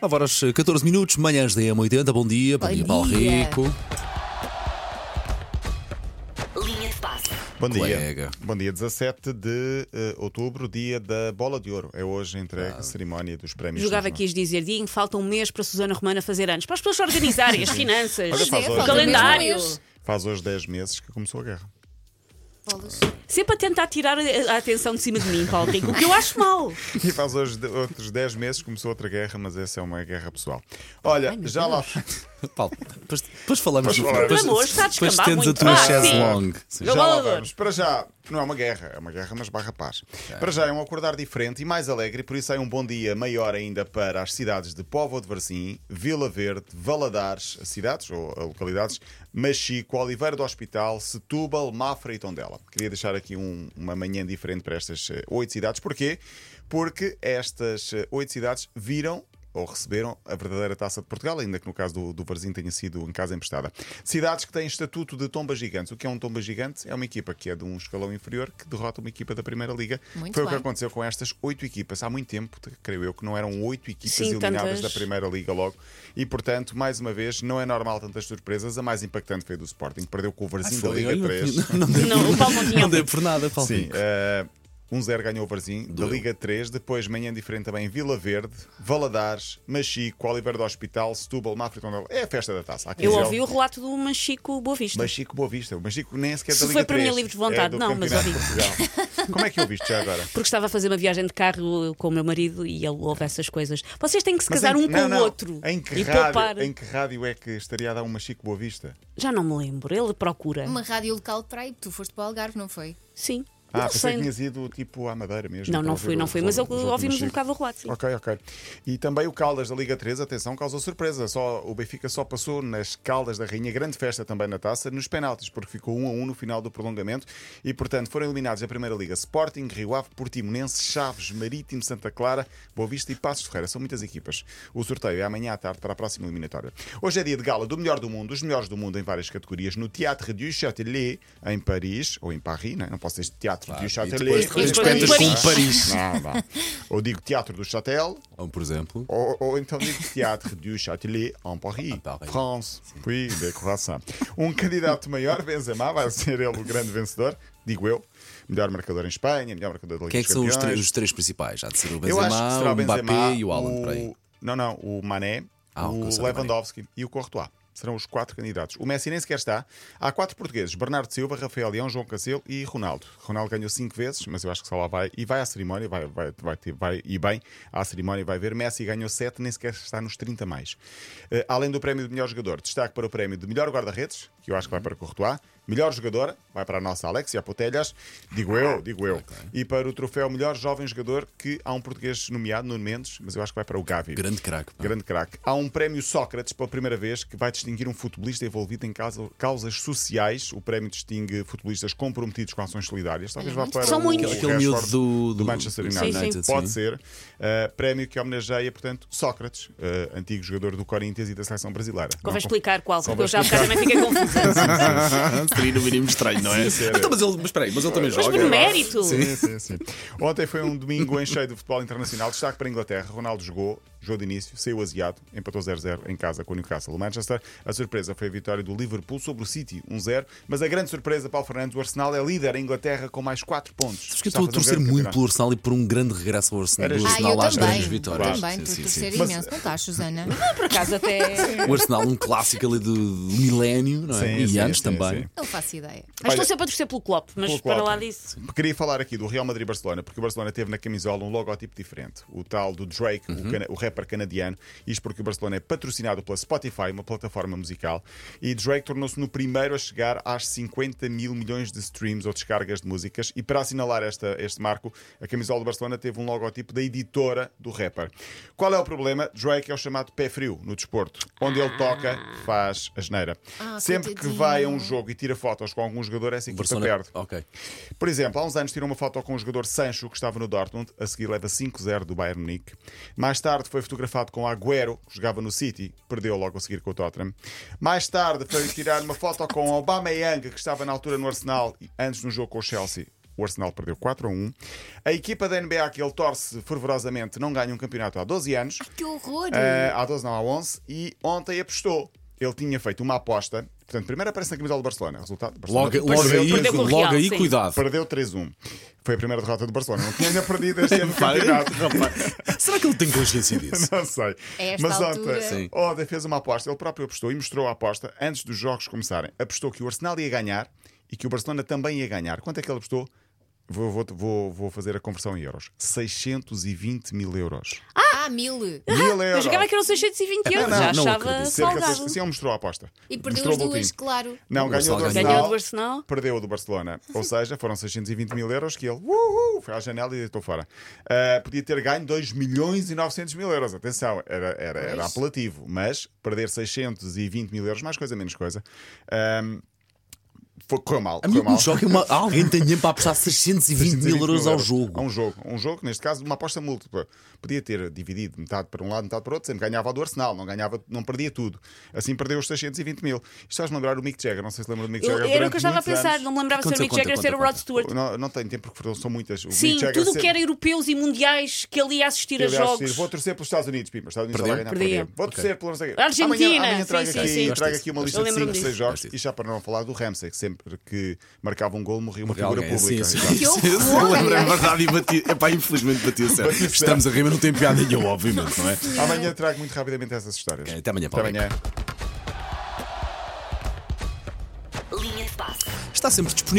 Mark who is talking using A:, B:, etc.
A: 9 horas eh, 14 minutos, manhãs da M80. Bom dia, bom,
B: Bom
A: dia, Paulo
B: dia.
A: Rico.
C: Linha de passe.
D: Bom dia.
A: Colega.
D: Bom dia, 17 de eh, outubro, dia da Bola de Ouro. É hoje a entrega, a cerimónia dos prémios.
E: Jogava
D: nacionais.
E: quis dizer, dia em que falta um mês para Susana Romana fazer anos, para as pessoas se organizarem as finanças,
D: Olha, faz
E: o
D: hoje.
E: calendário.
D: Faz hoje 10 meses que começou a guerra.
E: Sempre a tentar tirar a a atenção de cima de mim, Paulo Rico, o que eu acho mal.
D: E faz hoje de- outros 10 meses que começou outra guerra, mas essa é uma guerra pessoal. Olha, já lá.
A: Paulo, depois, depois falamos no-
D: Depois falamos.
A: depois-
E: Pelo amor, está a
A: Depois
E: descambar
A: tendes a
E: muito.
A: tua
E: Ah,
A: chaise
E: sim.
A: longue. Sim.
E: Eu
D: Já lá
E: adoro.
D: vamos. Para já, não é uma guerra, é uma guerra, mas barra paz. Para já é um acordar diferente e mais alegre, e por isso é um bom dia maior ainda para as cidades de Povo de Varzim, Vila Verde, Valadares, cidades ou eh, localidades, Machico, Oliveira do Hospital, Setúbal, Mafra e Tondela. Queria deixar aqui um- uma manhã diferente para estas eh, oito cidades. Porquê? Porque estas eh, oito cidades viram ou receberam a verdadeira taça de Portugal, ainda que no caso do, do Varzim tenha sido em casa emprestada. Cidades que têm estatuto de tomba gigantes. O que é um tomba gigante? É uma equipa que é de um escalão inferior que derrota uma equipa da Primeira Liga.
B: Muito
D: Foi o
B: bem.
D: que aconteceu com estas oito equipas. Há muito tempo, creio eu, que não eram oito equipas
E: Sim,
D: eliminadas
E: tantas.
D: da Primeira Liga logo. E, portanto, mais uma vez, não é normal tantas surpresas. A mais impactante foi a do Sporting, que perdeu com o Varzim da
A: Foi,
D: Liga
A: olha,
D: 3.
A: Não, deu
E: Não,
A: por-
E: o Paulo não tinha
A: não deu por nada, Paulo.
D: Sim,
A: Rico.
D: eh, 1-0 ganhou o Varzim, da
A: Doeu.
D: Liga 3, depois manhã diferente também Vila Verde, Valadares, Machico, Oliver do Hospital, Setúbal, Mafra e Tondela. É a festa da taça. Há
E: Eu
D: 15
E: ouvi o
D: jogos.
E: relato do Machico Boa Vista.
D: Machico Boa Vista. O Machico nem sequer é
E: Se
D: da Liga
E: foi para
D: 3,
E: mim, livre de
D: é
E: vontade.
D: do
E: Não, mas
D: Campeonato de Portugal. Como é que ouviste já agora?
E: Porque estava a fazer uma viagem de carro com o meu marido e ele ouve essas coisas. Vocês têm que se
D: Mas
E: casar
D: em-
E: um com
D: não,
E: o
D: não.
E: outro
D: Em que,
E: e poupar.
D: rádio, em que rádio é que estaria a dar um Machico Boa Vista?
E: Já não me lembro. Ele procura.
B: Uma rádio local de praia, tu foste para o Algarve, não foi?
E: Sim.
D: Ah,
E: não
D: pensei
E: sei.
D: que tinhas ido tipo à Madeira mesmo.
E: Não, não
D: para
E: fui,
D: ver
E: não
D: o
E: fui,
D: jogo-
E: mas eu-
D: o jogo do
E: ouvimos um
D: Machico.
E: bocado o relato, sim.
D: Ok, ok. E também o Caldas da Liga 3, atenção, causou surpresa. Só, o Benfica só passou nas Caldas da Rainha, grande festa também na taça, nos penaltis, porque ficou 1 a 1 no final do prolongamento e, portanto, foram eliminados da Primeira Liga Sporting, Rio Ave, Portimonense, Chaves, Marítimo, Santa Clara, Boa Vista e Passos de Ferreira. São muitas equipas. O sorteio é amanhã à tarde para a próxima eliminatória. Hoje é dia de gala do melhor do mundo, os melhores do mundo em várias categorias, no Théâtre du Châtelet, em Paris, ou em Paris, não, é? não posso dizer Teatro
A: Claro,
D: du
A: e
D: Châtelet.
A: depois-
E: e
D: é
E: depois cantas com
D: Não,
A: Paris.
D: Não, não. Ou digo Teatro do Châtel,
A: Ou, por exemplo,
D: ou, ou então digo Teatro du Châtelet en Paris,
A: Ah, tá bem.
D: France. Oui, de coração. Um candidato maior, Benzema, vai ser ele o grande vencedor, digo eu. Melhor marcador em Espanha, melhor marcador da Liga
A: quem é
D: dos
A: que são os,
D: Campeões.
A: três- os três principais? Há de ser o
D: Eu acho que
A: Benzema,
D: será o
A: o
D: Benzema,
A: Mbappé e o Alan. por aí.
D: Não, não, o Mané,
A: Ah, o
D: o
A: Gonçalo
D: Lewandowski e o Courtois. Serão os quatro candidatos. O Messi nem sequer está. Há quatro portugueses: Bernardo Silva, Rafael Leão, João Cacelo e Ronaldo. Ronaldo ganhou cinco vezes, mas eu acho que só lá vai. E vai à cerimónia, vai, vai, vai, ter- vai e bem à cerimónia, vai ver. Messi ganhou sete, nem sequer está nos 30 mais. Eh, além do prémio de melhor jogador, destaque para o prémio de melhor guarda-redes, que eu acho que vai para Courtois. Melhor jogadora, vai para a nossa Alexia Potelhas, digo eu, digo eu. E para o troféu melhor jovem jogador, que há um português nomeado, Nuno Mendes, mas eu acho que vai para o Gavi.
A: Grande craque. pá.
D: Grande craque. Há um prémio Sócrates pela primeira vez que vai distinguir um futebolista envolvido em causa- causas sociais. O prémio distingue futebolistas comprometidos com ações solidárias. Talvez vá para
E: É, São
D: o
E: muitos.
D: Rashford
A: Aquele miúdo do- do-
D: Manchester
A: do-
D: United.
E: Sim, sim.
D: Pode
A: sim.
D: ser. Uh, prémio que homenageia, portanto, Sócrates, uh, antigo jogador do Corinthians e da seleção brasileira.
E: Convém
D: Não-
E: explicar qual, porque eu
D: Convém
E: já há bocado também fiquei confusa.
A: Seria no mínimo estranho, não é?
D: Sim, sim.
A: Então, mas, ele, mas peraí, mas ele também
E: Mas
A: joga.
E: por mérito.
D: Sim, sim, sim. Ontem foi um domingo em cheio de futebol internacional. Destaque para a Inglaterra. Ronaldo jogou, jogou de início, saiu aziado, empatou 0-0 em casa com o Newcastle. O Manchester, a surpresa foi a vitória do Liverpool sobre o City, 1-0. Mas a grande surpresa, Paulo Fernandes, o Arsenal é líder em Inglaterra com mais 4 pontos.
A: Sabes que eu
D: Está
A: estou a
D: fazer um
A: torcer
D: grande
A: muito
D: campeonato.
A: pelo Arsenal e por um grande regresso ao Arsenal,
D: Era
A: do
B: Ah,
D: justo.
A: Arsenal
B: eu
A: às grandes
B: também.
A: vitórias.
B: Eu também, por
A: Sim, sim,
B: torcer
A: sim.
D: Mas- eh,
B: imenso. Não estás, Susana?
E: Por acaso até.
A: O Arsenal, um clássico ali do, do milénio, não é?
D: Sim,
A: e
D: sim,
A: antes
D: sim,
A: também.
D: sim.
B: Não faço ideia.
D: Olha-
E: Mas estou sempre a torcer pelo Klopp, mas
D: Pelo
E: para
D: Klopp.
E: lá disso.
D: Queria falar aqui do Real Madrid-Barcelona, porque o Barcelona teve na camisola um logotipo diferente, o tal do Drake,
A: Uhum.
D: o, cana- o rapper canadiano. Isto porque o Barcelona é patrocinado pela Spotify, uma plataforma musical, e Drake tornou-se no primeiro a chegar às 50 mil milhões de streams ou descargas de músicas. E para assinalar esta- este marco, a camisola do Barcelona teve um logotipo da editora do rapper. Qual é o problema? Drake é o chamado pé frio no desporto. Onde ele toca, faz a geneira.
B: Ah,
D: Sempre que
B: coitadinho.
D: vai a um jogo e tira fotos com algum jogador, é assim essa
A: O
D: equipa
A: Barcelona.
D: perde.
A: Ok.
D: Por exemplo, há uns anos tirou uma foto com o jogador Sancho, que estava no Dortmund, a seguir leva 5-0 do Bayern Munique. Mais tarde foi fotografado com Agüero, que jogava no City, perdeu logo a seguir com o Tottenham. Mais tarde foi tirar uma foto com Aubameyang, que estava na altura no Arsenal, e antes no jogo com o Chelsea. O Arsenal perdeu 4 a 1. A equipa da NBA que ele torce fervorosamente não ganha um campeonato há 12 anos.
B: Que horror!
D: Eh, há 12, não, há 11. E ontem apostou. Ele tinha feito uma aposta. Portanto, primeiro aparece na camisola do Barcelona. Resultado: Barcelona
A: Logo, logo
D: perdeu
A: aí,
D: 3-1.
E: perdeu com o
A: logo
E: Real,
A: aí
E: sim.
A: cuidado.
D: Perdeu 3-1. Foi a primeira derrota do Barcelona. Não tinha ainda perdido este ano de campeonato, rapaz.
A: Será que ele tem consciência disso?
D: Não sei.
B: A esta
D: Mas
B: altura-
D: ontem,
A: Sim.
D: Oda fez uma aposta. Ele próprio apostou e mostrou a aposta antes dos jogos começarem. Apostou que o Arsenal ia ganhar e que o Barcelona também ia ganhar. Quanto é que ele apostou? Vou, vou, vou, vou fazer a conversão em euros. 620 mil euros.
B: Ah, mil!
D: Mil
E: Eu
D: euros.
E: jogava que eram 620
D: Então,
E: euros,
A: não,
E: já
A: não
E: achava
A: acredito.
D: Cerca de...
E: saudável.
D: Sim, ele mostrou a aposta.
B: E perdeu
D: Mostrou
B: as
D: o
B: duas,
D: boletim.
B: claro.
D: Não, ganhou
A: Arsenal
D: do Arsenal.
A: ganhou.
E: Ganhou do Arsenal.
D: Perdeu o do Barcelona. Ou seja, foram 620 mil euros que ele uhul, foi à janela e deitou fora. Ah, podia ter ganho 2 milhões e 900 mil euros. Atenção, era, era, era
B: Pois.
D: apelativo. Mas perder 620 mil euros, mais coisa, menos coisa. ahm, foi, correu mal.
A: A
D: correu
A: mim o que
D: mal.
A: me choca é uma... alguém tem dinheiro para apostar 620 mil euros ao
D: A
A: jogo.
D: um jogo. Um jogo, neste caso, uma aposta múltipla. Podia ter dividido metade para um lado, metade para o outro, sempre ganhava a do Arsenal, não, ganhava, não perdia tudo. Assim perdeu os 620 mil. Isto faz-me lembrar o Mick Jagger, não sei se lembra do Mick
E: Eu-
D: Jagger.
E: era o
D: durante
E: que eu estava a
D: muitos
E: pensar,
D: anos.
E: não me lembrava se era o Mick
A: Conta,
E: Jagger, se
A: conta,
E: era o
A: conta,
E: Rod Stewart.
D: Não, não tenho tempo porque foram- são muitas. O
E: Sim,
D: Mick Jagger
E: tudo o
D: sempre-
E: que era europeus e mundiais que ele ia assistir a
D: Eu ia assistir.
E: jogos.
D: Vou torcer pelos Estados Unidos, Pima. os Estados Unidos
A: Perdeu?
D: estão a ganhar,
E: Perdeu.
D: perdeu. Vou torcer pelos
E: Argentina.
D: Amanhã, amanhã
E: Sim,
D: trago
E: sim,
D: aqui,
E: sim.
D: trago
A: Gosto
D: aqui uma
A: disso.
D: lista de
E: Eu
D: 5,
E: lembro-me
D: 6
E: disso.
D: jogos
A: Gosto
D: e já para não falar do Ramsey, que sempre que marcava um gol morria uma figura
A: Alguém,
D: pública.
A: sim,
D: Exato.
A: sim.
B: Que
A: Sim,
B: horror!
A: lembro, é verdade, e bati, epá, infelizmente bati a certo.
D: Bati a
A: Estamos a rir, mas não tem piada nenhuma, obviamente, não é?
D: Amanhã trago muito rapidamente essas histórias.
A: Ok, até amanhã,
D: Até
A: Paulo.
D: amanhã.
C: Linha de passe.
A: Está sempre disponível.